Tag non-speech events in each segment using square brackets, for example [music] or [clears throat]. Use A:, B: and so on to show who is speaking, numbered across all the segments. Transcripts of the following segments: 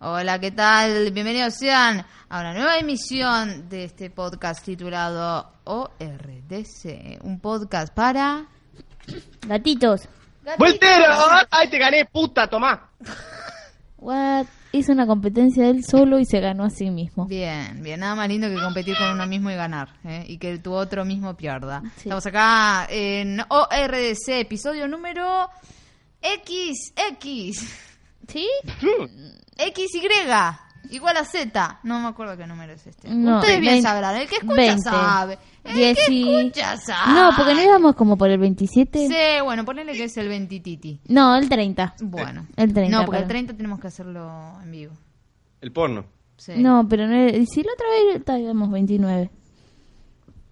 A: Hola, ¿qué tal? Bienvenidos sean a una nueva emisión de este podcast titulado ORDC, un podcast para...
B: Gatitos.
C: ¡Voltero! ¡Ay, te gané, puta! Tomá.
B: What? Hizo una competencia él solo y se ganó a sí mismo.
A: Bien, bien, nada más lindo que competir con uno mismo y ganar, ¿eh? y que tu otro mismo pierda.
B: Sí.
A: Estamos acá en ORDC, episodio número XX,
B: ¿Sí?
A: XY, igual a Z, no me acuerdo qué número es este.
B: No,
A: Ustedes bien
B: vein-
A: sabrán, el que escucha
B: 20,
A: sabe, el que
B: dieci-
A: escucha sabe.
B: No, porque no íbamos como por el 27.
A: Ah. Sí, bueno, ponele que es el 20 titi.
B: No, el 30.
A: Bueno.
B: El 30,
A: No, porque el
B: perdón.
A: 30 tenemos que hacerlo en vivo.
C: El porno.
A: Sí.
B: No, pero no era- y si la otra vez estábamos 29.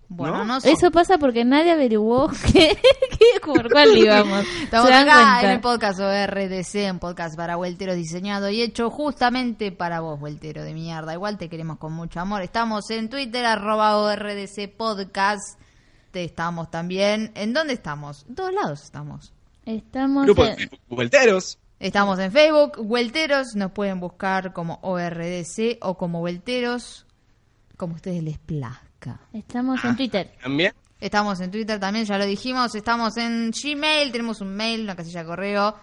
A: Bueno, no,
C: ¿No?
A: sé.
B: Eso pasa porque nadie averiguó [laughs] que, que- por
A: [laughs]
B: cuál íbamos.
A: Estamos
B: ¿Se dan
A: acá
B: cuenta?
A: en el podcast ORDC, un podcast para vuelteros diseñado y hecho justamente para vos, vueltero de mierda. Igual te queremos con mucho amor. Estamos en Twitter, arroba ORDC Podcast. Te estamos también. ¿En dónde estamos? En todos lados estamos.
B: Estamos
C: Grupo
B: en-
C: de volteros.
A: Estamos en Facebook, Vuelteros, nos pueden buscar como ORDC o como Vuelteros, como ustedes les plazca.
B: estamos en Twitter.
C: También.
A: Estamos en Twitter también, ya lo dijimos. Estamos en Gmail, tenemos un mail, una casilla de correo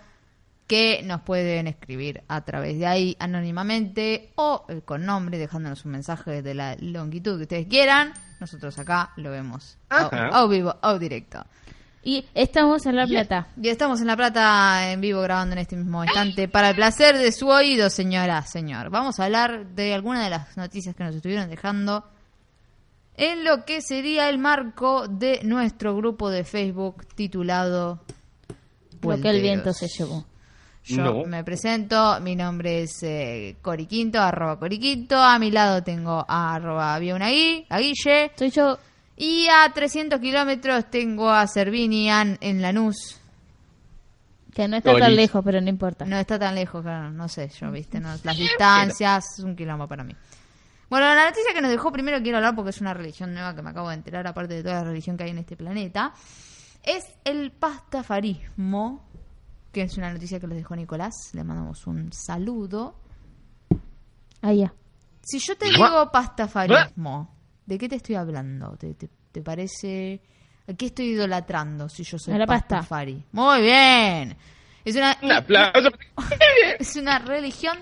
A: que nos pueden escribir a través de ahí anónimamente o eh, con nombre, dejándonos un mensaje de la longitud que ustedes quieran. Nosotros acá lo vemos
C: Ajá.
A: o vivo o directo.
B: Y estamos en La Plata.
A: Y estamos en La Plata en vivo grabando en este mismo instante para el placer de su oído, señora, señor. Vamos a hablar de alguna de las noticias que nos estuvieron dejando en lo que sería el marco de nuestro grupo de Facebook titulado
B: Lo que el
A: Vuelteros.
B: viento se llevó.
A: Yo
C: No.
A: me presento, mi nombre es eh, Coriquinto, arroba Coriquinto. A mi lado tengo a arroba Biounagui, a Guille.
B: Soy yo.
A: Y a 300 kilómetros tengo a Servinian en Lanús.
B: Que no está tan
C: Olis.
B: lejos, pero no importa.
A: No está tan lejos, claro, no sé, yo, viste, no, las distancias, es un quilombo para mí. Bueno, la noticia que nos dejó primero quiero hablar porque es una religión nueva que me acabo de enterar, aparte de toda la religión que hay en este planeta, es el pastafarismo, que es una noticia que nos dejó Nicolás, le mandamos un saludo.
B: Allá.
A: Si yo te digo pastafarismo, ¿de qué te estoy hablando? ¿Te, te- te parece? ¿A qué estoy idolatrando si yo soy
B: A la pasta.
A: pastafari? Muy bien. Es una,
C: Un aplauso.
A: es una religión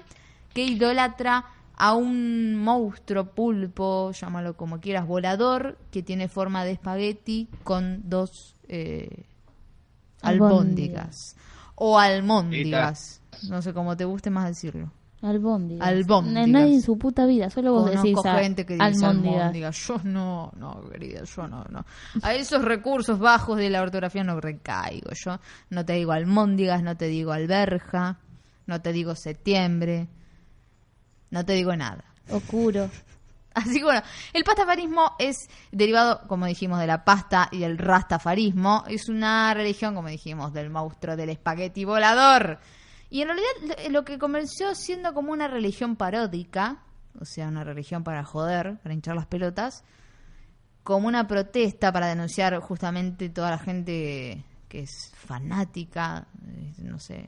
A: que idolatra a un monstruo pulpo, llámalo como quieras, volador, que tiene forma de espagueti con dos eh, albóndigas.
B: Albóndigas.
A: O almóndigas. No sé cómo te guste más decirlo.
B: Albóndigas.
A: Albóndigas.
B: Na- Nadie en su puta vida, solo vos decís
A: Conozco
B: a-
A: gente que dice
B: almóndigas.
A: almóndigas. Yo no, no, querida, yo no, no. A esos recursos bajos de la ortografía no recaigo. Yo no te digo almóndigas, no te digo alberja, no te digo septiembre, no te digo nada.
B: Oscuro.
A: Así que bueno, el pastafarismo es derivado, como dijimos, de la pasta y el rastafarismo. Es una religión, como dijimos, del monstruo del espagueti volador. Y en realidad lo- lo que comenzó siendo como una religión paródica, o sea, una religión para joder, para hinchar las pelotas, como una protesta para denunciar justamente toda la gente que es fanática, eh, no sé.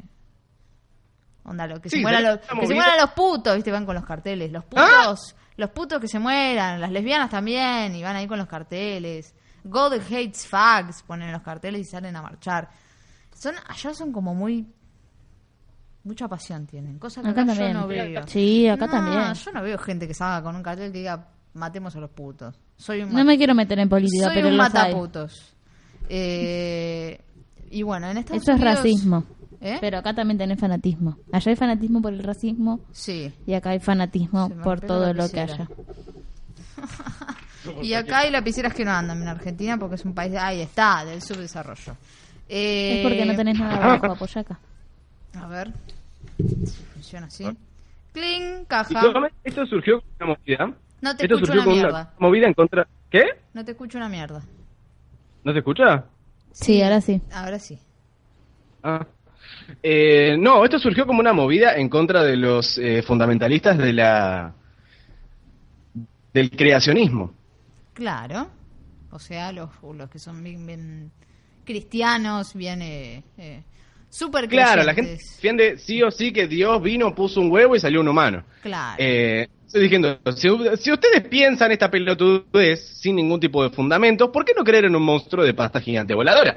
A: Onda, lo que se
C: Sí,
A: mueran
C: de-
A: los,
C: esa
A: que se
C: movida.
A: mueran los putos, ¿viste? Van con los carteles. Los putos, los putos que se mueran, las lesbianas también, y van ahí con los carteles. God hates fags, ponen los carteles y salen a marchar. Son, allá son como muy. Mucha pasión tienen, cosa que
B: Acá
A: acá yo
B: también.
A: no veo.
B: Sí, acá
A: No,
B: también.
A: Yo no veo gente que salga con un cartel que diga matemos a los putos. Soy un
B: No me quiero meter en política,
A: soy
B: pero
A: un
B: los hay.
A: mataputos. Eh, y bueno, en Estados
B: Eso es
A: Unidos-
B: racismo.
A: ¿Eh?
B: Pero acá también tenés fanatismo. Allá hay fanatismo por el racismo
A: Sí.
B: y acá hay fanatismo
A: Se me
B: por
A: rompió
B: todo
A: la
B: lo que
A: lapicera.
B: haya.
A: Y acá hay lapiceras que no andan en Argentina porque es un país, de- ahí está, del subdesarrollo. Eh, [laughs]
B: Es porque no tenés nada abajo, apoyá acá.
C: Ah.
A: A ver. Funciona así. Cling,
C: Y
A: caja.
C: toma- esto surgió con una movida.
A: No te
C: esto
A: escucho
C: surgió
A: una
C: con
A: mierda.
C: una movida en contra. ¿Qué?
A: No te escucho una mierda.
C: ¿No se escucha?
B: Sí, ahora sí.
A: Ahora sí.
C: Ah. Eh, no, esto surgió como una movida en contra de los eh, fundamentalistas de la del creacionismo.
A: Claro. O sea, los, los que son bien, bien cristianos, bien eh, eh, super
C: Claro, la gente
A: creyentes.
C: defiende sí o sí que Dios vino, puso un huevo y salió un humano.
A: Claro.
C: Eh, estoy diciendo, si, si ustedes piensan esta pelotudez sin ningún tipo de fundamento, ¿por qué no creer en un monstruo de pasta gigante voladora?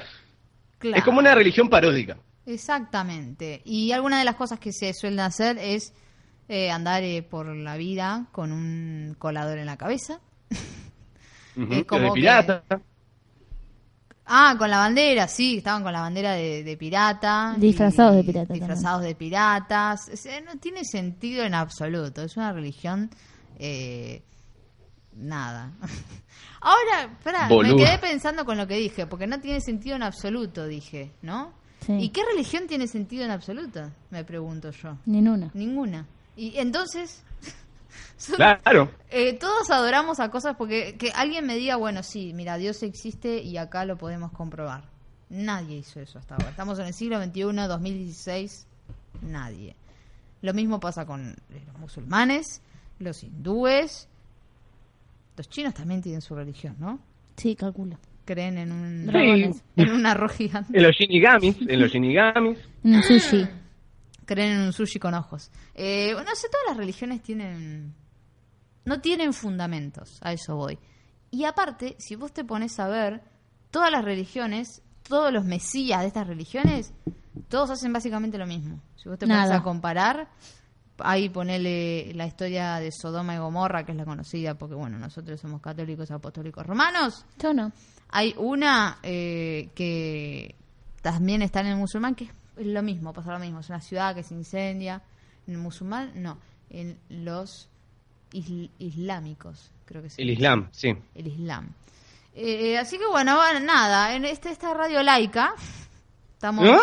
A: claro.
C: Es como una religión paródica.
A: Exactamente. Y alguna de las cosas que se suelen hacer es eh, andar eh, por la vida con un colador en la cabeza.
C: Ujú,
A: Es como que-
C: de
A: [laughs]
C: pirata.
A: Ah, con la bandera, sí, estaban con la bandera de, de pirata.
B: Disfrazados de pirata también.
A: Disfrazados de piratas. O sea, no tiene sentido en absoluto. Es una religión. eh, nada. [laughs] Ahora, pará,
C: Boludo.
A: me quedé pensando con lo que dije, porque no tiene sentido en absoluto, dije, ¿no?
B: Sí.
A: ¿Y qué religión tiene sentido en absoluto? Me pregunto yo.
B: Ni en una.
A: Ninguna. Y entonces. [laughs] son-
C: Claro.
A: eh, todos adoramos a cosas porque que alguien me diga, bueno, sí, mira, Dios existe y acá lo podemos comprobar. Nadie hizo eso hasta ahora. Estamos en el siglo XXI, 2016, nadie. Lo mismo pasa con eh, los musulmanes, los hindúes. Los chinos también tienen su religión, ¿no?
B: Sí, calcula.
A: Creen en un,
B: Dragones.
A: en un arroz gigante.
C: En los shinigamis, en los shinigamis.
B: En
A: [clears throat]
B: el sushi.
A: Creen en un sushi con ojos. Eh, no sé, todas las religiones tienen no tienen fundamentos, a eso voy. Y aparte, si vos te pones a ver, todas las religiones, todos los mesías de estas religiones, todos hacen básicamente lo mismo. Si vos te pones
B: Nada.
A: a comparar, ahí ponele la historia de Sodoma y Gomorra, que es la conocida, porque bueno, nosotros somos católicos apostólicos romanos,
B: Yo no.
A: hay una eh, que también está en el musulmán, que es lo mismo, pasa lo mismo. Es una ciudad que se incendia. En el musulmán, no. En los isl- islámicos, creo que sí.
C: El Islam, sí.
A: El Islam. Eh, así que bueno, va- nada. En este, esta radio laica. Estamos,
C: ¿Ah?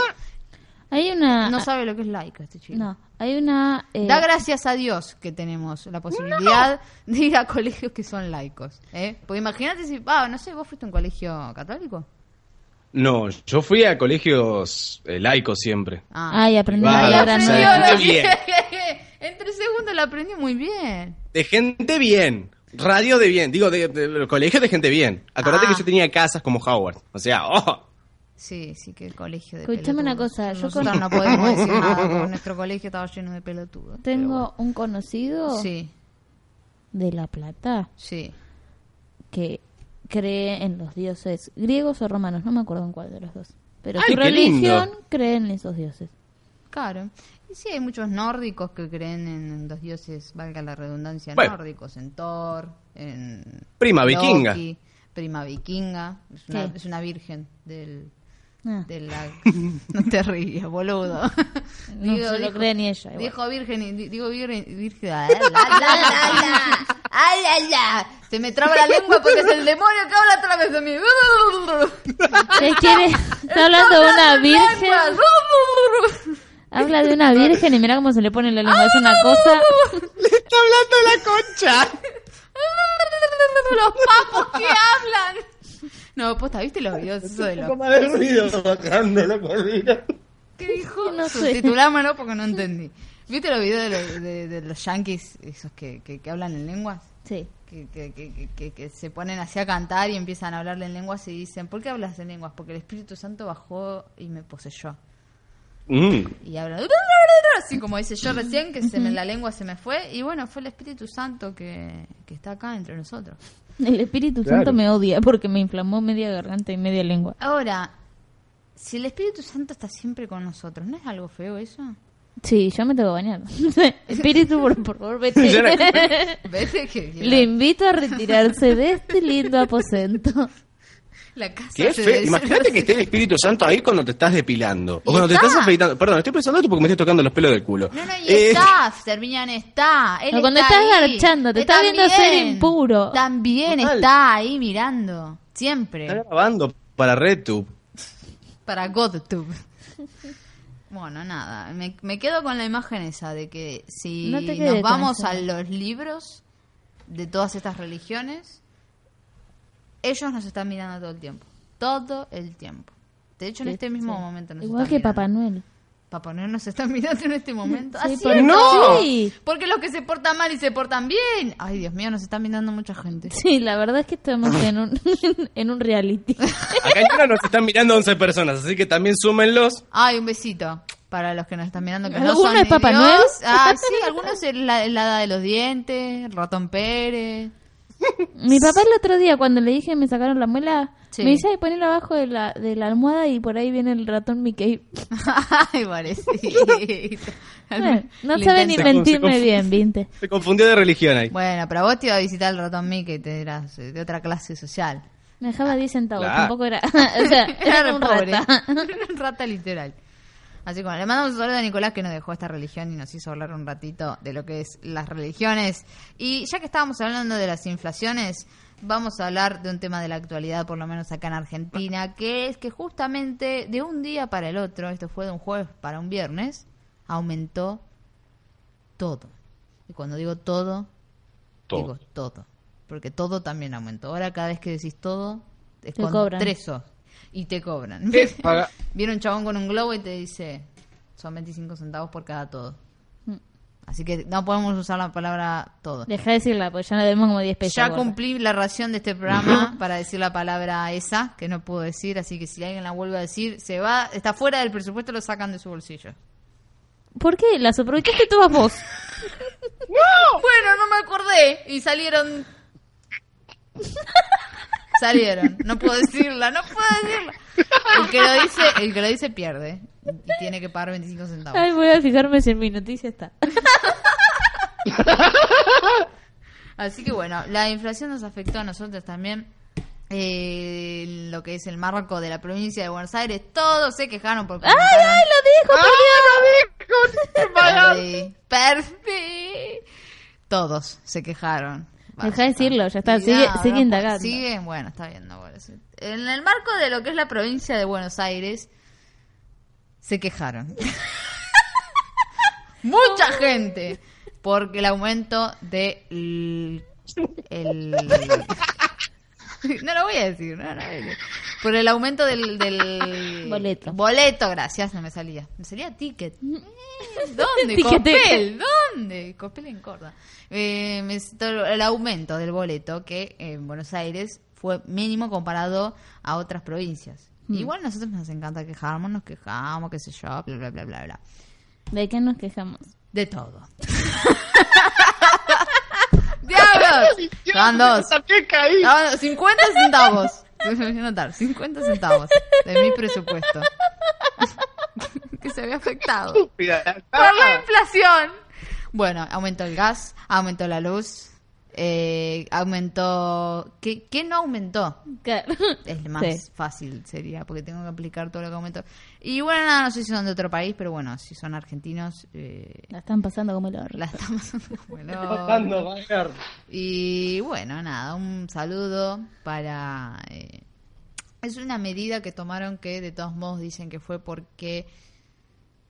B: Hay una.
A: No sabe lo que es laica este chico.
B: No, hay una. eh,
A: Da gracias a Dios que tenemos la posibilidad de ir a colegios que son laicos. ¿eh? Porque imagínate si, ah, no sé, vos fuiste a un colegio católico.
C: No, yo fui a colegios eh, laicos siempre.
A: Ah.
B: Ay, aprendí
C: Va,
B: Ah, la
A: Ahí
B: palabra
C: o
A: aprendió
C: sea,
B: nueva.
A: lo
C: muy bien.
A: que- [laughs] En tres segundos la aprendí muy bien.
C: De gente bien. Radio de bien. Digo, de, de- de colegios de gente bien. Acordate
A: Ah.
C: que yo tenía casas como Howard. O sea, oh.
A: Sí, sí, que el colegio de
B: Escuchame una
A: pelotudos.
B: cosa, yo
A: Nosotros
B: con-
A: no podemos decir nada,
B: [laughs]
A: porque nuestro colegio estaba lleno de pelotudos. pero
B: Tengo
A: bueno.
B: un conocido
A: Sí,
B: de La Plata
A: sí.
B: que cree en los dioses griegos o romanos, no me acuerdo en cuál de los dos. Pero
C: Ay,
B: su
C: qué lindo.
B: religión cree en esos dioses.
A: Claro. Y sí, hay muchos nórdicos que creen en los dioses, valga la redundancia,
C: Bueno.
A: nórdicos, en Thor, en...
C: Prima vikinga.
A: Loki, prima vikinga. Es una,
B: ¿Qué?
A: es una virgen del...
B: Ah.
A: de la- [laughs] No te rías, boludo. [laughs]
B: No se lo cree ni ella, igual.
A: Dijo virgen, y di- digo virgen, y virgen. ah, La, la, la, la. Ah, la, la. Se me traba la lengua porque es el demonio que habla a través de mí.
B: ¿Qué quiere? [laughs] Está hablando de una virgen.
A: virgen.
B: Habla de una virgen y mira cómo se le pone la lengua. Es una cosa.
C: Está hablando la concha.
A: Los papos que hablan. No, posta, ¿viste los videos eso de los ¿Qué dijo?
B: No sé.
A: Subtitulámelo porque no entendí. ¿Viste los videos de los, de, de los yankees, esos que, que, que hablan en lenguas?
B: Sí.
A: Que, que, que- que- que- que se ponen así a cantar y empiezan a hablarle en lenguas y dicen, ¿por qué hablas en lenguas? Porque el Espíritu Santo bajó y me poseyó.
C: Mm.
A: Y hablan, así como dice yo recién, que se me, la lengua se me fue. Y bueno, fue el Espíritu Santo que, que está acá entre nosotros.
B: El Espíritu Santo me odia porque me inflamó media garganta y media lengua.
A: Ahora, si el Espíritu Santo está siempre con nosotros, ¿no es algo feo eso? [laughs]
B: Sí, yo me tengo que bañar. [laughs] Espíritu, por, por favor,
C: [laughs]
B: vete.
C: Yo no-
B: [laughs]
A: Vete que
B: Le invito a retirarse de este lindo aposento.
A: la casa
C: Qué
A: se
C: fe-
A: des-
C: Imagínate que esté el Espíritu Santo ahí cuando te estás depilando.
A: Y
C: O cuando te
A: está.
C: estás afeitando. Perdón, estoy pensando esto porque me estoy tocando los pelos del culo.
A: No, no, y
C: Eh,
A: está, Serviñan está. Él
B: No, cuando
A: está
B: estás
A: ahí.
B: garchando, te
A: Eh,
B: está viendo
A: también,
B: ser impuro.
A: También
C: Total. Eh.
A: está ahí mirando.
C: Está
A: Siempre.
C: grabando para RedTube.
A: Para GodTube. [laughs] Bueno, nada, me, me quedo con la imagen esa de que si
B: No te
A: nos
B: quedes con
A: vamos
B: eso.
A: a los libros de todas estas religiones, ellos nos están mirando todo el tiempo, todo el tiempo. De hecho, en este mismo
B: Sí.
A: momento nos
B: Igual
A: están
B: que Papá
A: mirando.
B: Noel.
A: Papá Noel nos está [laughs] mirando en este momento.
B: Sí,
A: ¡Ah,
B: por-
A: cierto!
C: ¡No!
B: Sí.
A: Porque los que se portan mal y se portan bien. Ay, Dios mío, nos está mirando mucha gente.
B: Sí, la verdad es que estamos
C: Ah.
B: en un, [laughs] en
A: [laughs]
B: un reality.
C: Acá en China nos están mirando 11 personas, así que también súmenlos.
A: Ay, un besito para los que nos están mirando que no
B: ¿Alguno
A: son
B: es
A: ni
B: Papá
A: Dios.
B: Noel?
A: Ah, sí, algunos es la, la hada de los dientes, ratón Pérez. [laughs]
B: Mi papá el otro día, cuando le dije me sacaron la muela,
A: Sí.
B: me dice, ay, ponelo abajo de la, de la almohada y por ahí viene el
A: [laughs]
B: ratón Mickey. [laughs]
A: Ay, parecito.
B: Bueno, Eh, no
A: Le
B: sabe ni
A: intento-
B: mentirme
C: Se confunde, se confunde. [laughs]
B: bien, vinte.
C: Se confundió de religión ahí.
A: Bueno, pero vos te iba a visitar el ratón Mickey, te dirás, eh, de otra clase social.
B: Me dejaba 10 centavos,
C: Claro.
B: tampoco era... [laughs]
A: [laughs]
B: o sea, era
A: re
B: un
A: pobre.
B: rata.
A: Era un rata literal. Así que bueno, le mandamos un saludo a Nicolás que nos dejó esta religión y nos hizo hablar un ratito de lo que es las religiones. Y ya que estábamos hablando de las inflaciones, vamos a hablar de un tema de la actualidad, por lo menos acá en Argentina, que es que justamente de un día para el otro, esto fue de un jueves para un viernes, aumentó todo. Y cuando digo todo,
C: Todo.
A: digo todo. Porque todo también aumentó. Ahora cada vez que decís todo, es
B: Te
A: con
B: cobran.
A: tres O's. Y te cobran. [laughs]
B: [laughs]
C: Eh, paga-
A: Viene un chabón con un globo y te dice, son 25 centavos por cada todo.
B: Mm.
A: Así que no podemos usar la palabra todo.
B: [laughs] Deja de decirla, porque ya no debemos como 10 pesos.
A: Ya
B: gorda.
A: cumplí la ración de este programa para decir la palabra esa, que no puedo decir, así que si alguien la vuelve a decir, se va, está fuera del presupuesto, lo sacan de su bolsillo.
B: ¿Por qué? Las aprovechaste
A: [laughs]
B: todas vos.
A: Bueno, no me acordé. Y
B: [laughs]
A: salieron. Salieron. No puedo decirla, no puedo decirla. El que lo dice, el que lo dice pierde. Y tiene que pagar 25 centavos.
B: Ay, voy a fijarme si en mi noticia está.
A: Así que bueno, la inflación nos afectó a nosotros también. Eh, lo que es el marco de la provincia de Buenos Aires, todos se quejaron por
B: ¡Ay, ay, lo
A: [laughs]
B: dijo! [laughs]
A: perdí, perdí. Todos se quejaron. Basta.
B: Deja de decirlo, ya está,
A: Y
B: sigue- sigue
A: pues,
B: indagando.
A: Sigue, bueno, está bien, no, bueno, sí. En el marco de lo que es la provincia de Buenos Aires, se quejaron. [laughs] Mucha gente. Porque el aumento de... l- el- [laughs] no lo voy a decir, no, no, no. Por el aumento del, del...
B: Boleto.
A: Boleto, gracias, no me salía. Me salía ticket. ¿Dónde?
B: Fíjate.
A: Copel, ¿dónde? Copel en Córdoba. Eh, me- todo el aumento del boleto que en Buenos Aires fue mínimo comparado a otras provincias. Igual a nosotros nos encanta quejarnos, nos quejamos, qué sé yo, bla, bla, bla, bla, bla.
B: ¿De qué nos quejamos?
A: De todo. [laughs] ¡Diablos! Estaban dos.
C: También caí.
A: Estaban 50 centavos. Voy a Anotar, 50 centavos de mi presupuesto. [laughs] que se había afectado.
C: Estúpida. Ah.
A: por la inflación. Bueno, aumentó el gas, aumentó la luz, eh, aumentó... ¿Qué, qué no aumentó?
B: Claro.
A: Es más
B: Sí.
A: fácil sería, porque tengo que aplicar todo lo que aumentó. Y bueno, nada, no sé si son de otro país, pero bueno, si son argentinos, eh,
B: [laughs] La están pasando como el orto.
A: la estamos pasando como el orto.
C: Pasando, Wagner.
A: Y bueno, nada, un saludo para... eh, es una medida que tomaron que de todos modos dicen que fue porque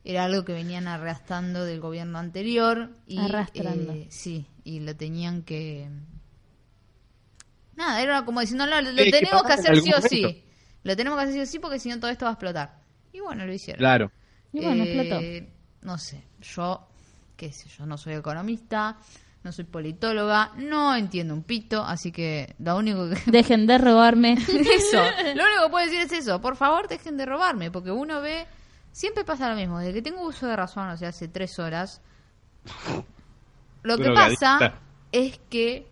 A: era algo que venían arrastrando del gobierno anterior. Y,
B: Arrastrando.
A: eh, sí, y lo tenían que... Nada, era como diciendo, no, lo, lo
C: Sí, que
A: tenemos que
C: pagar en
A: hacer
C: algún
A: sí o
C: momento.
A: sí. Lo tenemos que hacer sí o sí porque si no todo esto va a explotar. Y bueno, lo hicieron.
C: Claro.
B: Y bueno,
A: Eh,
B: explotó.
A: No sé, yo, qué sé yo, no soy economista, no soy politóloga, no entiendo un pito, así que lo único que... [laughs]
B: Dejen de robarme.
A: Eso, lo único que puedo decir es eso, por favor dejen de robarme, porque uno ve, siempre pasa lo mismo, desde que tengo uso de razón, o sea, hace tres horas, lo que
C: Drogadicta.
A: pasa es que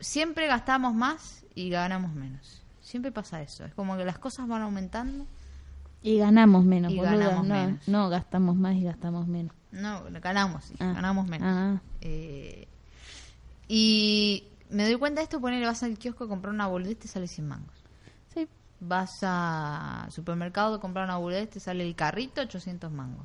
A: siempre gastamos más y ganamos menos. Siempre pasa eso, es como que las cosas van aumentando
B: Y ganamos menos,
A: Y
B: boluda.
A: ganamos
B: no,
A: menos.
B: no, gastamos más y gastamos menos.
A: No, ganamos, sí,
B: Ah,
A: ganamos menos.
B: ah.
A: Eh, y me doy cuenta de esto, ponele, vas al kiosco a comprar una boludez, te sale 100 mangos.
B: Sí.
A: Vas a supermercado a comprar una boludez, te sale el carrito 800 mangos.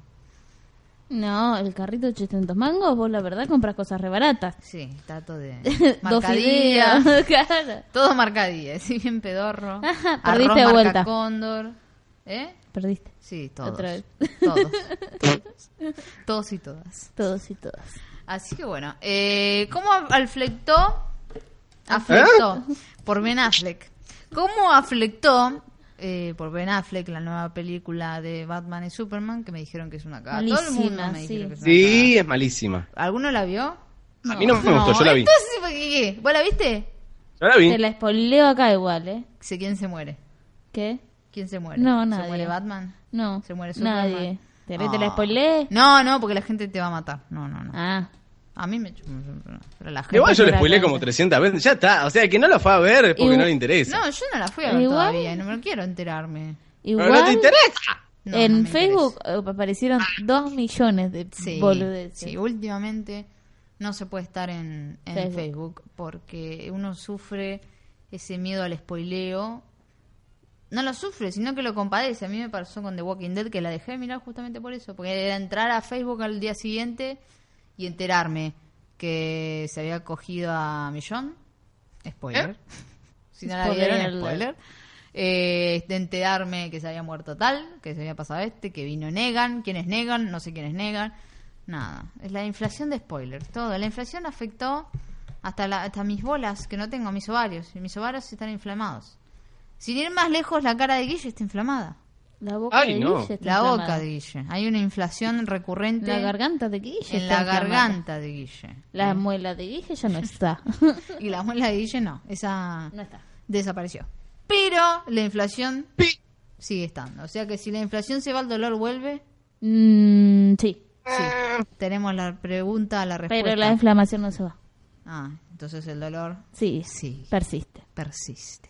B: No, el carrito de 800 mangos, vos la verdad compras cosas re baratas. [laughs]
A: Sí, trato de...
B: Dos
A: marcadilla. [laughs]
B: fideos, [laughs] claro.
A: Todo marcadilla, sí, bien pedorro.
B: Ajá,
A: Arroz
B: perdiste de
A: marca
B: vuelta.
A: cóndor. ¿Eh?
B: perdiste.
A: Sí, todos.
B: Otra vez. [laughs]
A: Todos. Todos. Todos y todas.
B: Todos y todas.
A: Así que bueno, eh, ¿cómo aflectó?
C: ¿Eh?
A: Aflectó por Ben Affleck. ¿Cómo aflectó eh, por Ben Affleck la nueva película de Batman y Superman? Que me dijeron que es una cagada. Todo el mundo
B: Malísima,
A: me dijeron que
B: sí.
A: es una
C: Sí, es malísima.
A: cagada. ¿Alguno la vio?
C: A mí no me gustó, yo la vi.
A: Entonces, ¿por qué? ¿Vos la viste?
C: Yo la vi.
B: Te la spoileo acá igual, ¿eh?
A: Sé quién se muere.
B: ¿Qué?
A: ¿Quién se muere?
B: No,
A: ¿Se
B: nadie.
A: muere Batman?
B: No.
A: ¿Se muere Superman?
B: Nadie. ¿Te, te la
A: Ah.
B: spoileé?
A: No, no, porque la gente te va a matar. No, no, no.
B: Ah.
A: A mí me... Pero la gente...
C: Igual yo
B: por
C: le
B: acá,
C: spoileé como
B: acá.
C: 300 veces. Ya está. O sea, que no la fue a ver es porque
B: Igual-
C: no le interesa.
A: No, yo no la fui a ver
B: Igual-
A: todavía, no me quiero enterarme.
B: Igual.
C: Pero no te interesa.
A: No, no
B: en
A: me
B: Facebook eh, aparecieron dos millones de
A: Sí,
B: boludeces.
A: sí, últimamente no se puede estar en, en
B: Facebook.
A: Facebook. porque uno sufre ese miedo al spoileo. No lo sufre, sino que lo compadece. A mí me pasó con The Walking Dead que la dejé de mirar justamente por eso, porque era entrar a Facebook al día siguiente y enterarme que se había cogido a Millón. Spoiler. [laughs] Si no la
B: ¿Eh? Spoiler
A: vieron,
B: alert.
A: spoiler. Eh, de enterarme que se había muerto tal, que se había pasado este, que vino Negan, quiénes Negan, no sé quiénes Negan. Nada, es la inflación de spoilers, todo. La inflación afectó hasta, la- hasta mis bolas, que no tengo, mis ovarios. Y mis ovarios están inflamados. Sin ir más lejos, la cara de Guille está inflamada.
B: La boca
C: Ay,
B: de
C: no.
B: Guille está
A: la boca
B: inflamada.
A: de Guille. Hay una inflación recurrente
B: La garganta de Guille.
A: en
B: está
A: la
B: inflamada.
A: garganta de Guille.
B: La muela de Guille
A: [laughs]
B: ya no está.
A: Y la muela de Guille no, esa
B: no está.
A: desapareció. Pero la inflación
C: Pi.
A: sigue estando. O sea que si la inflación se va, el dolor vuelve.
B: Mm, sí.
C: Eh.
A: Tenemos la pregunta, la respuesta.
B: Pero la inflamación no se va.
A: Ah, entonces el dolor
B: Sí,
A: Sí.
B: Persiste.
A: persiste.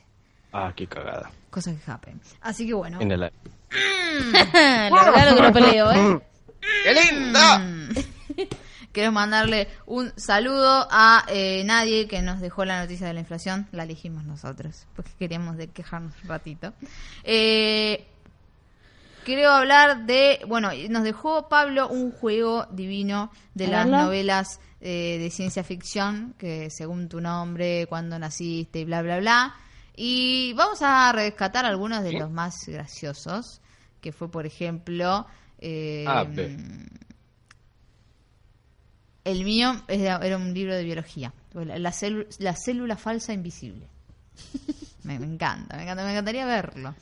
C: Ah, qué cagada.
A: Cosa que happen. Así que bueno.
C: Mira la-
A: Ah,
B: Largalo que lo peleo, ¿eh?
C: ¡Qué lindo!
A: Quiero mandarle un saludo a eh, nadie que nos dejó la noticia de la inflación. La elegimos nosotros, porque queríamos de quejarnos un ratito. Eh, quiero hablar de, bueno, y nos dejó Pablo un juego divino de
B: A
A: las
B: verlo.
A: novelas eh, de ciencia ficción, que según tu nombre, cuándo naciste y bla, bla, bla. Y vamos a rescatar algunos de los más graciosos, que fue, por ejemplo... eh,
C: Ah, ve.
A: el mío es de- era un libro de biología. La, la celu- la célula falsa invisible. [laughs] Me, me encanta, me encanta, me encantaría verlo.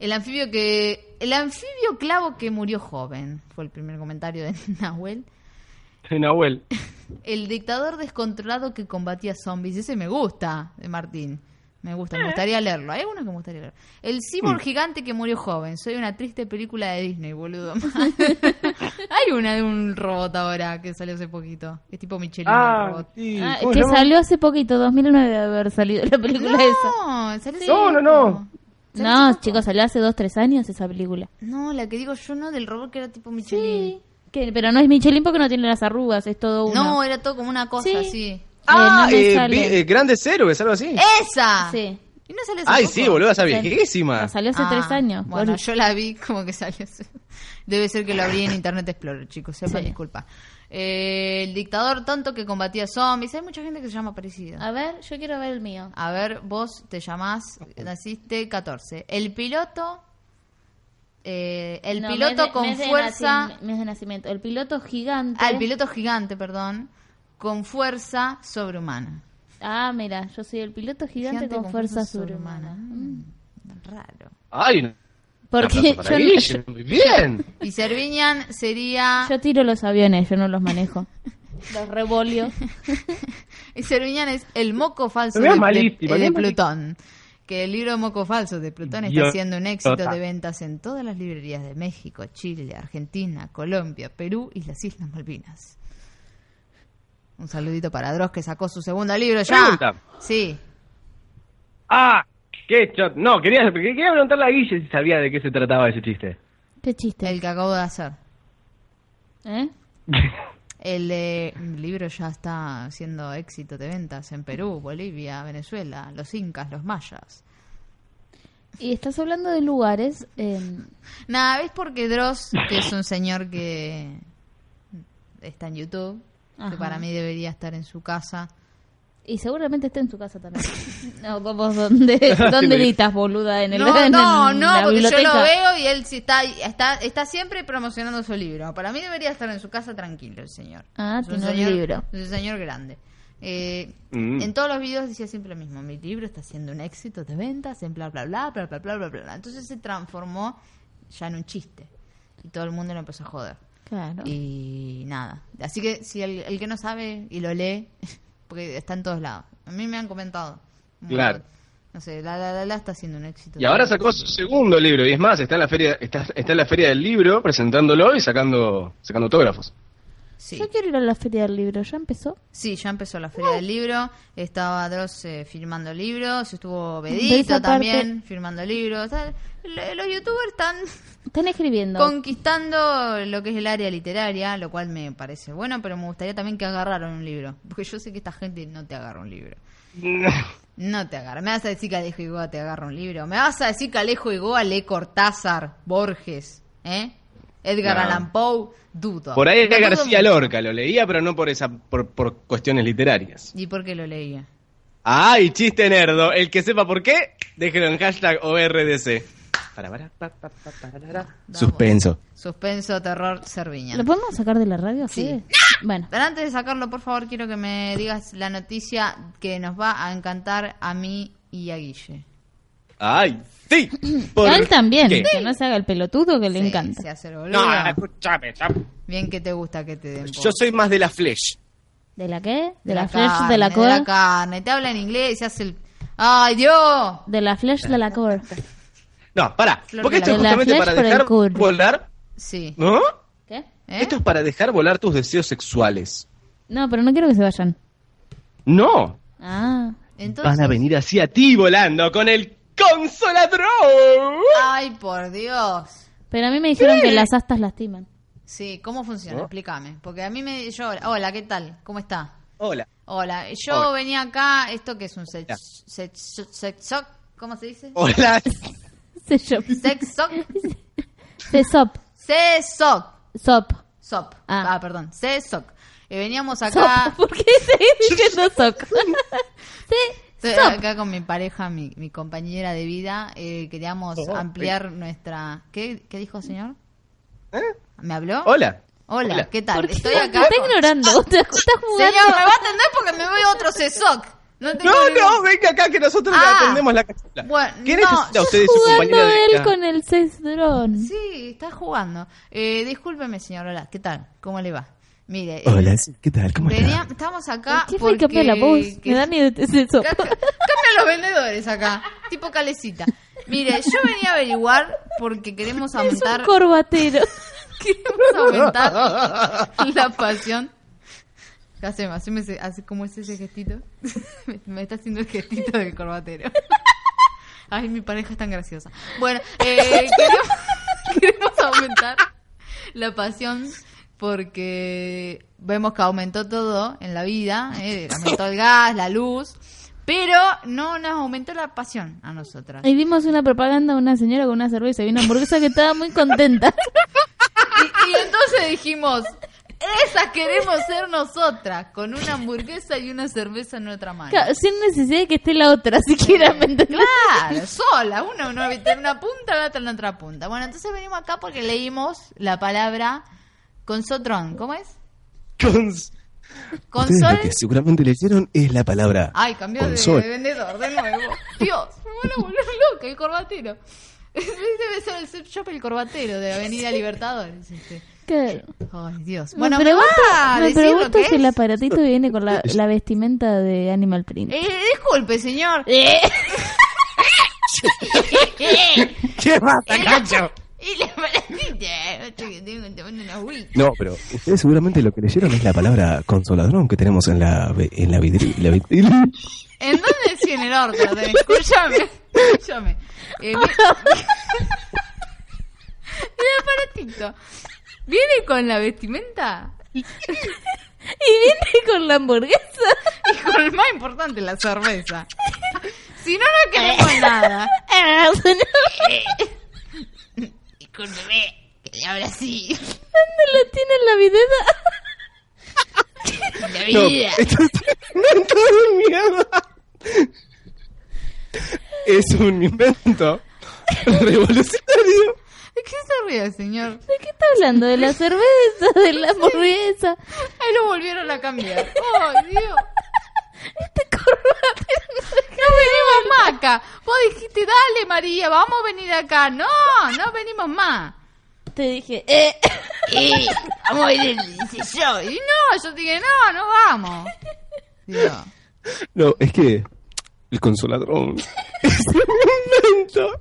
A: El anfibio que. El anfibio clavo que murió joven. Fue el primer comentario de [laughs] Nahuel.
C: Nahuel.
A: El dictador descontrolado que combatía zombies. Ese me gusta, de Martín. Me gusta, me gustaría leerlo. Hay algunos que me gustaría leer. El cyborg gigante que murió joven. Soy una triste película de Disney, boludo. [laughs] Hay una de un robot ahora que salió hace poquito. Es tipo Michelin. el
C: Ah,
A: robot.
C: sí.
B: Ah,
C: ¿Cómo
B: que
C: se llama?
B: salió hace poquito, 2009 de haber salido la película esa.
A: No, salió hace
C: No, no, no.
A: poco.
B: Eh,
A: Salió hace
B: No,
A: poco.
B: chicos, salió hace dos, tres años esa película.
A: No, la que digo yo no, del robot que era tipo Michelin.
B: Sí. Que, pero no es Michelin porque no tiene las arrugas, es todo uno.
A: No, era todo como una cosa
B: Sí.
A: así.
B: Ah,
C: Ah,
B: no me
C: eh,
B: sale.
C: vi- eh, Grandes Héroes, algo así.
A: ¡Esa!
B: Sí.
A: ¿Y no sale hace
C: Ay,
A: poco?
C: sí, boludo, esa
B: Sal-
C: viejísima.
B: No, salió hace
A: Ah,
B: tres años.
A: Bueno,
B: Por-
A: yo la vi como que salió. hace- Debe ser que lo abrí en Internet Explorer, chicos. Sepan,
B: Sí.
A: disculpa. Eh, el dictador tonto que combatía zombies. Hay mucha gente que se llama parecido.
B: A ver, yo quiero ver el mío.
A: A ver, vos te llamás, naciste 14. El piloto. eh, el
B: No, mes
A: piloto
B: de-
A: con
B: mes de
A: fuerza.
B: nacim- mes de nacimiento. El piloto gigante.
A: Ah, el piloto gigante, perdón. Con fuerza sobrehumana.
B: Ah, mira, yo soy el piloto gigante, con, fuerza sobrehumana.
A: Mm, Raro.
C: Ay, no.
B: Porque
C: Aplauso para
B: yo,
C: Guille, muy bien.
A: Y Serviñan sería.
B: [laughs] yo tiro los aviones, yo no
A: [laughs]
B: los manejo. los revolio.
A: Y Serviñán es el moco falso
C: Lo
A: de,
C: veo
A: de-
C: malísimo,
A: eh, de
C: lo veo
A: Plutón. Que el libro Moco Falso de Plutón está
C: Idiota.
A: siendo un éxito
C: tota.
A: de ventas en todas las librerías de México, Chile, Argentina, Colombia, Perú y las Islas Malvinas. Un saludito para Dross que sacó su segundo libro ya.
C: Pregunta.
A: Sí.
C: Ah, qué chot. No, quería, quería preguntarle a Guille si sabía de qué se trataba ese chiste.
B: Qué chiste.
A: El que acabo de hacer.
B: ¿Eh?
A: El eh, libro ya está siendo éxito de ventas en Perú, Bolivia, Venezuela, los incas, los mayas.
B: Y estás hablando de lugares. eh,
A: Nada, ¿ves porque Dross, que es un señor que está en YouTube,
B: Ajá.
A: que para mí debería estar en su casa
B: Y seguramente está en su
A: [laughs]
B: casa también. No, vos,
C: [laughs]
B: ¿dónde, dónde editas, boluda? En el,
A: No,
B: [laughs] en
A: no,
B: el-
A: no,
B: la
A: porque yo
B: biblioteca?
A: lo veo y él sí está, está, está siempre promocionando su libro. Para mí debería estar en su casa tranquilo el señor.
B: Ah,
A: Es un
B: tiene un
A: señor-
B: libro.
A: Es un señor grande. Eh,
C: Mm.
A: En todos los videos decía siempre lo mismo. Mi libro está siendo un éxito de ventas, en bla, bla, bla, bla, bla, bla, bla, bla. Entonces se transformó ya en un chiste. Y todo el mundo lo empezó a joder.
B: Claro.
A: Y nada. Así que si el, el que no sabe y lo lee, [laughs] porque está en todos lados. A mí me han comentado. un
C: Claro.
A: montón. No sé, la la la la está haciendo un éxito.
C: Y ahora sacó su segundo libro, y es más, está en la feria, está, está en la feria del libro presentándolo y sacando, sacando autógrafos.
A: Sí.
B: Yo quiero ir a la feria del libro, ¿ya empezó?
A: Sí, ya empezó la feria del libro. Estaba Dross eh, firmando libros. Estuvo
B: De esa
A: Bedita
B: parte-
A: también firmando libros. O sea, lo- los youtubers están
B: Están escribiendo.
A: conquistando lo que es el área literaria, lo cual me parece bueno, pero me gustaría también que agarraran un libro. Porque yo sé que esta gente no te agarra un libro. No te agarra. Me vas a decir que Alejo Igoa te agarra un libro. Me vas a decir que Alejo Igoa lee Cortázar, Borges, ¿eh? Edgar
C: No.
A: Allan Poe, dudo.
C: Por ahí
A: Lo
C: era
A: dudo
C: García
A: mucho.
C: Lorca, lo leía, pero no por esa, por, por cuestiones literarias.
A: ¿Y por qué lo leía?
C: ¡Ay, chiste nerdo! El que sepa por qué, déjelo en hashtag ORDC. Para, para, pa, pa, pa, para, para.
A: Vamos.
C: Suspenso.
A: Suspenso, terror, cerviña.
B: ¿Lo podemos sacar de la radio?
A: Sí.
B: Fede? Bueno,
A: Pero antes de sacarlo, por favor, quiero que me digas la noticia que nos va a encantar a mí y a Guille.
C: ¡Ay, sí! ¿Por
B: a él también,
C: qué?
B: que no se haga el pelotudo que le
A: Sí,
B: encanta.
A: se hace el boludo.
C: No, escúchame. no.
A: Bien que te gusta que te den.
C: Yo
A: por-
C: soy más de la flesh.
B: ¿De la qué? ¿De, la, flash de la
A: carne,
B: core?
A: de la carne. Te habla en inglés y se hace el. ¡Ay, Dios!
B: De la flash
A: [laughs]
B: de la core.
C: No, pará.
A: Flor
C: Porque
A: de
C: esto
A: la-
C: es
B: de la
C: justamente
B: flesh
C: para
B: por el
C: dejar
B: culo.
C: volar,
A: Sí.
C: ¿no?
B: ¿Qué?
A: ¿Eh?
C: Esto es para dejar volar tus deseos sexuales.
B: No, pero no quiero que se vayan.
C: No.
B: Ah,
A: Entonces.
C: Van a venir así a ti volando con el consoladrón.
A: ¡Ay, por Dios!
B: pero a mí me dijeron que las astas lastiman. [laughs]
A: Sí, ¿cómo funciona?
C: ¿No?
A: Explícame. Porque a mí me. Yo, hola, ¿qué tal? ¿Cómo está?
C: Hola.
A: Hola, yo
C: Hola.
A: venía acá. ¿Esto que es un sex.
C: Ya. Oh.
A: sex, sex- soc? ¿Cómo se dice?
C: Hola.
B: Se yo-
A: Sex soc.
B: Se sop.
A: Se soc.
B: Sop.
A: Sop. Ah,
B: Ah.
A: perdón. Se soc. Eh, veníamos
B: Sop.
A: acá.
B: ¿Por qué [laughs] se diciendo [laughs] soc? Se
A: Estoy
B: sop.
A: acá con mi pareja, mi, mi compañera de vida. eh, queríamos
C: Oh,
A: ampliar nuestra. ¿Qué, qué dijo, señor? ¿Me habló?
C: ¿Eh? Hola.
A: Hola,
C: Hola.
A: ¿qué
B: ¿Por
A: tal?
B: qué?
A: Estoy
B: Porque
A: acá.
B: Está
A: con- [laughs]
B: ignorando. Te- Estás jugando.
A: Señor, me va a atender porque me voy a otro CESOC. No, tengo
C: No,
A: ningún-
C: no, venga acá que nosotros
A: Ah.
C: le atendemos la cachula.
A: Bueno,
C: ¿Qué
A: no,
C: necesita
A: yo
C: usted de su
B: jugando
C: compañera de
B: él
C: vida?
B: con el cesdrón.
A: Sí, está jugando. Eh, discúlpeme, señor. Hola, ¿qué tal? ¿Cómo le va? Mire, eh,
C: ¿qué tal? ¿Cómo
A: venía- estamos acá.
B: ¿Qué fue
A: Ah, porque...
B: que cambió la voz?
A: que-
B: Me da miedo ese sop.
A: Ca- ca- [laughs] Cambia los vendedores acá. Tipo calecita. Mire, yo venía a averiguar porque queremos
B: [laughs] Es
A: aumentar,
B: un corbatero. [laughs]
A: [laughs] queremos aumentar la pasión. Haceme, haceme ese- hace como es ese gestito. me, [laughs] me está haciendo el gestito del corbatero. [laughs] Ay, mi pareja es tan graciosa. Bueno, eh, queremos, [laughs] queremos aumentar la pasión porque vemos que aumentó todo en la vida, eh, aumentó el gas, la luz, pero no nos aumentó la pasión a nosotras.
B: Y vimos una propaganda de una señora con una cerveza y una hamburguesa que estaba muy contenta. [laughs]
A: Y, y entonces dijimos, esas queremos ser nosotras, con una hamburguesa y una cerveza en nuestra mano.
B: Claro, Sin necesidad de que esté la otra, [laughs] siquiera, ¿me entendés?
A: Claro, sola, una, una en una punta, la otra en la otra punta. Bueno, entonces venimos acá porque leímos la palabra consotrón, ¿cómo es? Consol.
C: seguramente leyeron es la palabra.
A: Ay, cambió de,
C: consol.
A: de vendedor de nuevo. Dios, me van a volver loca el corbatero. [laughs] Debe ser el surf shop el corbatero de Avenida Libertadores. este.
B: Claro.
A: Ay, Dios.
B: Me
A: Bueno, me,
B: pregunto,
A: va a
B: me
A: decir lo
B: pregunto
A: que
B: si
A: es. [laughs]
B: el aparatito que viene con la, la vestimenta de Animal Print.
A: Eh, disculpe, señor.
B: Eh,
C: ¿Qué pasa,
A: [laughs] Y la paratita, que tengo que tomar una agüita.
C: No, pero ustedes seguramente lo que leyeron es la palabra consoladrón que tenemos en la ve- en la vidri- la vidri-
A: ¿En dónde sí en el orto? Escúchame, escúchame. Eh, vi- [laughs] el aparatito. Viene con la vestimenta [laughs]
B: y viene [laughs] con la hamburguesa.
A: y con lo más importante, la cerveza. Si no, no
B: Eh.
A: queremos nada.
B: [laughs] Ah, bueno,
A: Discúlpeme, que le habla así.
B: ¿Dónde la tiene la videna?
A: La de
C: No,
A: vida.
C: esto- [laughs] no, esto es un mierda. Es un invento [laughs] revolucionario.
A: ¿De qué se ríe, señor?
B: ¿De qué está hablando? ¿De la cerveza? ¿De la
A: [laughs]
B: hamburguesa?
A: Ahí lo volvieron a [laughs] cambiar. ¡Oh, Dios!
B: Este corbata
A: ¡No venimos más acá! Vos dijiste, dale, María, vamos a venir acá. ¡No! ¡No venimos más!
B: Te dije,
A: [laughs]
B: eh.
A: ¡Eh! ¡Vamos a ir dice yo! Y no, yo te dije, no, no vamos. Digo,
C: No, es que el consoladrón [laughs] es un invento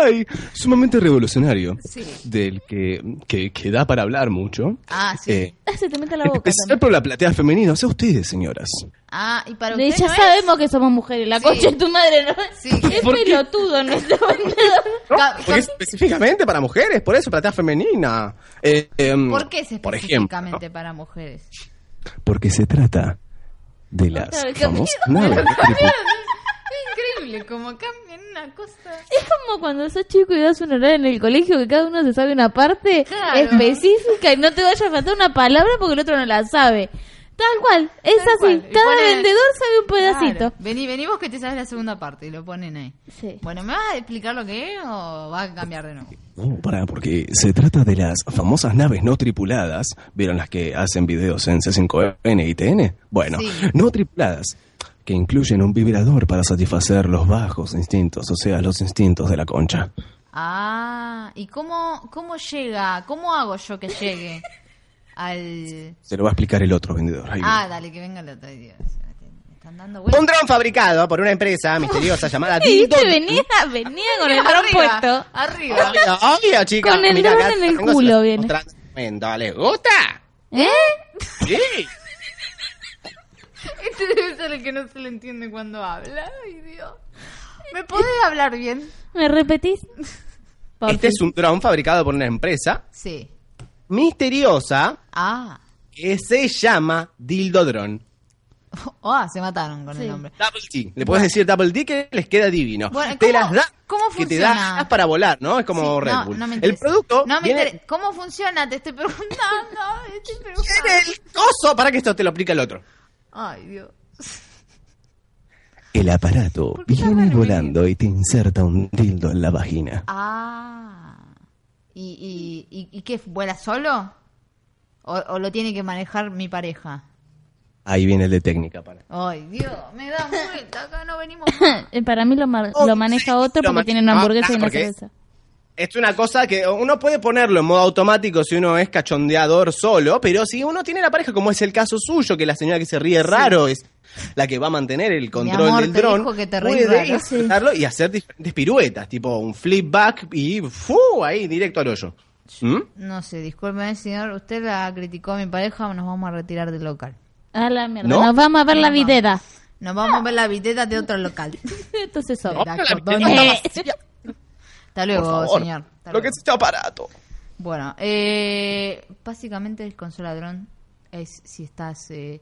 C: ay, sumamente revolucionario
A: Sí.
C: del que, que, que da para hablar mucho.
A: ah, sí.
C: Eh,
B: Ah, se te mete la boca.
C: Empezar por la platea femenina, o sea, ustedes, señoras.
A: Ah, y para
B: también. De-
A: usted
B: ya
A: no es?
B: sabemos que somos mujeres. La
A: Sí.
B: coche de tu madre no es.
A: Sí.
B: Es
C: ¿Por qué?
B: pelotudo nuestro vendedor.
A: Ca-
C: Porque es específicamente para mujeres, por eso, platea femenina. Eh, em,
A: ¿Por qué es
C: por ejemplo,
A: específicamente para mujeres? [laughs]
C: Porque se trata de las
B: Otra vez
C: famosas
B: cambió.
C: naves tripuladas.
A: Es increíble como cambian una cosa.
B: Es como cuando sos chico y das un horario en el colegio que cada uno se sabe una parte
A: Claro.
B: específica y no te vaya a faltar una palabra porque el otro no la sabe. Tal cual, es
A: Tal
B: así.
A: cual. Y
B: Cada
A: ponen-
B: vendedor sabe un pedacito.
A: Claro. Vení, vení vos que te sabes la segunda parte y lo ponen ahí.
B: Sí.
A: Bueno, ¿me vas a explicar lo que es o vas a cambiar de nuevo?
C: No, para, porque se trata de las famosas naves no tripuladas. ¿Vieron las que hacen videos en C5N y TN? Bueno,
A: Sí.
C: no tripuladas, que incluyen un vibrador para satisfacer los bajos instintos, o sea, los instintos de la concha.
A: Ah, ¿y cómo, cómo llega? ¿Cómo hago yo que llegue al...?
C: Se lo va a explicar el otro vendedor. ahí
A: Ah,
C: viene.
A: dale, que venga el otro. Dios, me están dando
C: Un
A: vueltas.
C: dron fabricado por una empresa misteriosa llamada
B: Y
C: Dildo.
B: viste, venía, venía con el dron puesto.
A: Arriba, arriba.
C: Obvio, chicos.
B: Con el
C: Mirá,
B: dron
C: acá
B: en el
C: tengo, se
B: culo
C: los
B: viene.
C: mostrando un momento. ¿Les gusta?
B: ¿Eh?
C: Sí.
A: Este debe ser el que no se le entiende cuando habla. Ay, Dios. ¿Me podés hablar bien?
B: ¿Me repetís? Por
C: Este
B: fin.
C: es un dron fabricado por una empresa
A: Sí.
C: misteriosa
A: Ah. [laughs]
C: que se llama Dildodrón.
A: Ah, se mataron con
B: Sí.
A: el nombre.
C: Double T. Le puedes decir Double T que les queda divino.
A: Bueno,
C: te
A: ¿cómo-
C: las da
A: cómo
C: que te
A: funciona?
C: da alas para volar, ¿no? Es como
A: Sí,
C: Oh, Red
A: no,
C: Bull.
A: no me
C: el
A: interesa.
C: producto
A: No me
C: viene,
A: interesa. ¿Cómo funciona? Te estoy preguntando. [laughs] te estoy preguntando.
C: viene el coso para que esto te lo explica el otro.
A: Ay, Dios.
C: El aparato
A: qué viene tan mal volando
C: y te inserta un dildo en la vagina.
A: Ah. ¿Y, y, y, y qué? ¿Vuela solo? ¿O, o lo tiene que manejar mi pareja?
C: Ahí viene el de técnica para.
A: Ay, Dios. Me da vuelta. Acá no venimos más.
B: Eh, [laughs] Para mí lo, mar- lo maneja otro
C: Lo
B: porque
C: mane-
B: tiene una
C: no,
B: hamburguesa
C: claro,
B: y una
C: porque-
B: cerveza.
C: Es una cosa que uno puede ponerlo en modo automático si uno es cachondeador solo, pero si uno tiene la pareja, como es el caso suyo, que la señora que se ríe raro es la que va a mantener el control
A: amor,
C: del
A: te
C: dron,
A: dijo que te reís
C: puede
A: raro,
B: sí.
C: insertarlo y hacer diferentes piruetas, tipo un flip back y ¡fu! ahí directo al hoyo. ¿Mm?
A: No sé, discúlpeme, señor. Usted la criticó a mi pareja o nos vamos a retirar del local.
B: A la mierda.
C: ¿No?
B: Nos vamos a ver la
A: No, no.
B: videra. [laughs]
A: Nos vamos a ver la viteta de otro local.
B: Entonces
C: [laughs] No,
A: Da
B: sobra.
C: pero la
A: cordón.
C: videra
B: Eh.
C: está vacía,
A: Hasta
C: por
A: luego,
C: favor.
A: señor. Hasta
C: Lo que
A: luego.
C: es este aparato.
A: Bueno, eh, básicamente el consoladrón es si estás eh,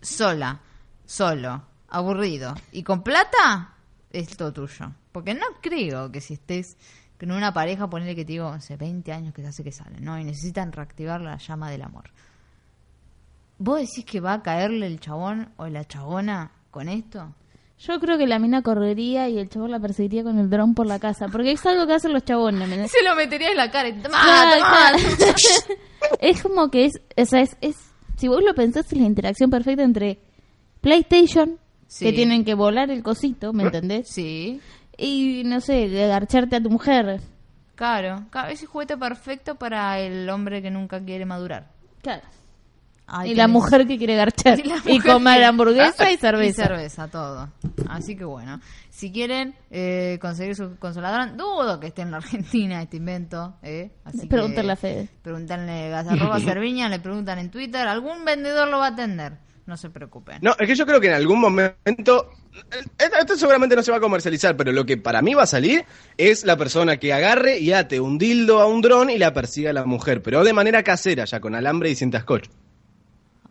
A: sola, solo, aburrido y con plata, es todo tuyo. Porque no creo que si estés con una pareja, ponerle que te digo, hace 20 años que se hace que salen, ¿no? Y necesitan reactivar la llama del amor. ¿Vos decís que va a caerle el chabón o la chabona con esto?
B: Yo creo que la mina correría y el chabón la perseguiría con el dron por la casa. Porque es algo que hacen los chabones.
A: [laughs]
B: ¿me
A: Se lo metería en la cara y ¡Tomá,
B: Claro,
A: tomá!
B: claro. [laughs] es como que es, o sea, es, es- si vos lo pensás, es la interacción perfecta entre PlayStation,
A: Sí.
B: que tienen que volar el cosito, ¿me entendés?
A: Sí.
B: Y, no sé, agarcharte a tu mujer.
A: Claro, claro, ese juguete perfecto para el hombre que nunca quiere madurar.
B: Claro.
A: Ay,
B: y
A: qué
B: la
A: lindo.
B: mujer que
A: [laughs]
B: quiere agarchar.
A: Y
B: Y,
A: la mujer
B: comer
A: que- Ah,
B: hamburguesa y cerveza.
A: Y cerveza, todo. Así que bueno, si quieren eh, conseguir su consolador, dudo que esté en la Argentina este invento. ¿eh? Así
B: Pregúntale
A: que,
B: a Fede.
A: Pregúntenle a [laughs] arroba Cerviña, le preguntan en Twitter, algún vendedor lo va a atender. No se preocupen.
C: No, es que yo creo que en algún momento. Esto, esto seguramente no se va a comercializar, pero lo que para mí va a salir es la persona que agarre y ate un dildo a un dron y la persiga a la mujer, pero de manera casera, ya con alambre y cintas cocho.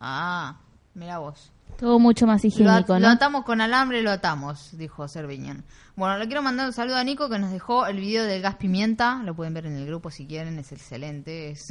A: Ah, mira vos.
B: Todo mucho más
A: Lo, at-
B: higiénico,
A: lo
B: ¿no?
A: atamos con alambre, lo atamos, dijo Serviñán. Bueno, le quiero mandar un saludo a Nico que nos dejó el video del gas pimienta. Lo pueden ver en el grupo si quieren, [laughs] es excelente. Es,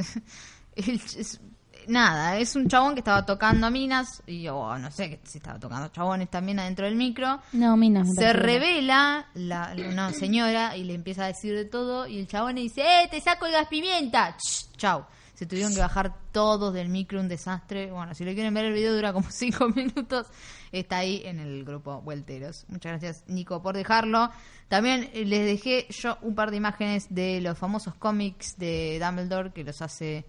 A: el ch- es- nada, es un chabón que estaba tocando a minas, y yo "Oh, no sé que si estaba tocando chabones también adentro del micro.
B: No, mina. me
A: Se
B: parece que no.
A: revela la, la- una señora y le empieza a decir de todo y el chabón le dice, ¡eh, te saco el gas pimienta! Ch, chau. Se tuvieron que bajar todos del micro, un desastre. Bueno, si lo quieren ver el video dura como [laughs] cinco minutos. Está ahí en el grupo Vuelteros. Muchas gracias Nico por dejarlo. También eh, les dejé yo un par de imágenes de los famosos cómics de Dumbledore que los hace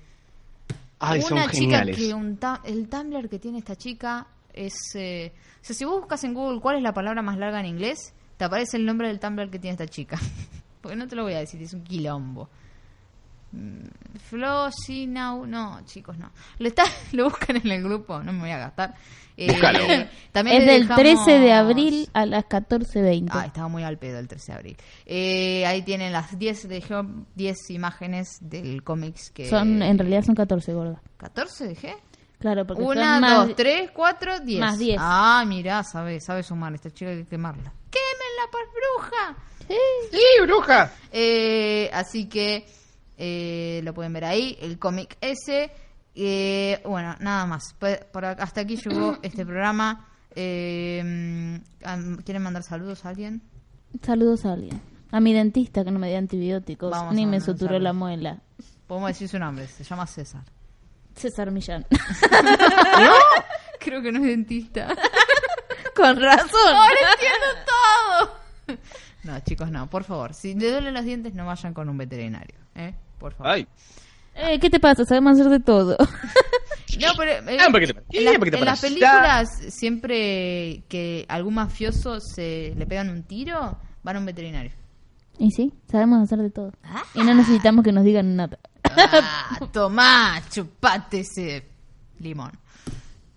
C: Ay,
A: una chica
C: son geniales.
A: que un ta- el Tumblr que tiene esta chica es... eh, o sea, si vos buscas en Google cuál es la palabra más larga en inglés, te aparece el nombre del Tumblr que tiene esta chica. [laughs] Porque no te lo voy a decir, es un quilombo. Mm, Flo, Sinau, no, chicos, no. Lo, está, [laughs] lo buscan en el grupo, no me voy a gastar. Eh,
C: Búscalo.
A: [laughs] también
B: Es
A: le
B: del 13 de
A: dejamos-
B: abril a las 14.20.
A: Ah, estaba muy al pedo el 13 de abril. Eh, ahí tienen las 10, dejé 10 imágenes del cómics que...
B: Son, en realidad son 14, gorda.
A: ¿14 dejé?
B: Claro, porque
A: Una,
B: son más-
A: dos, tres, cuatro, diez.
B: Más diez.
A: Ah, mirá, sabe, sabe sumar. Esta chica hay que quemarla. ¡Quémenla por bruja!
C: Sí, bruja.
A: Eh, así que eh, lo pueden ver ahí, el cómic ese. Eh, bueno, nada más. Pe- por acá- hasta aquí [coughs] llegó este programa. Eh, mm, am- ¿Quieren mandar saludos a alguien?
B: Saludos a alguien. A mi dentista que no me dio antibióticos
A: Vamos
B: ni
A: a
B: me
A: mandar
B: suturó
A: saludos.
B: la muela.
A: Podemos decir su nombre, se llama César.
B: César Millán.
A: [laughs] Creo que no es [laughs] dentista.
B: Con razón.
A: Ahora entiendo todo. No, chicos, no, por favor. Si le duelen los dientes, no vayan con un veterinario. ¿eh? Por favor.
C: Ay.
B: Eh, ¿Qué te pasa? Sabemos hacer de todo. [laughs]
A: No, pero eh,
C: Ah, un poquito para aquí,
A: en, la-
C: un poquito
A: en
C: para
A: las
C: allá.
A: películas siempre que algún mafioso se le pegan un tiro, van a un
C: [laughs]
A: veterinario.
B: y sí, sabemos hacer de todo. Y no necesitamos que nos digan nada.
A: Ah, tomá, chupate ese limón.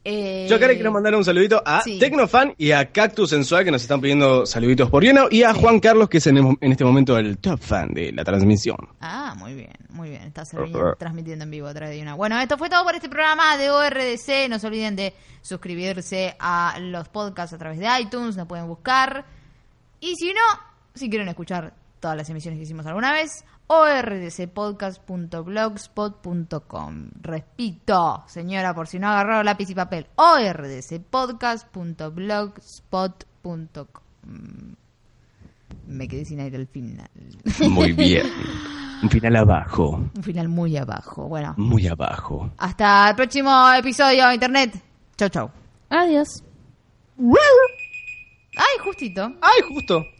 A: Eh,
C: Yo acá le quiero mandar un saludito a
A: sí.
C: Tecnofan y a Cactus Sensual que nos están pidiendo saluditos por Viena y a Juan Carlos que es en, el mo- en este momento el top fan de
A: [laughs]
C: la transmisión.
A: Ah, muy bien, muy bien. Estás bien transmitiendo en vivo a través de una. Bueno, esto fue todo por este programa de ORDC. No se olviden de suscribirse a los podcasts a través de iTunes. Nos pueden buscar. Y si no, si quieren escuchar todas las emisiones que hicimos alguna vez, ordcpodcast.blogspot.com. Repito, señora, por si no agarró lápiz y papel, ordcpodcast.blogspot.com. Me quedé sin aire al final.
C: Muy bien.
A: [laughs]
C: Un final abajo,
A: Un final muy abajo. Bueno,
C: muy abajo.
A: hasta el próximo episodio, Internet. Chau, chau.
B: Adiós.
A: Ay, justito.
C: Ay, justo.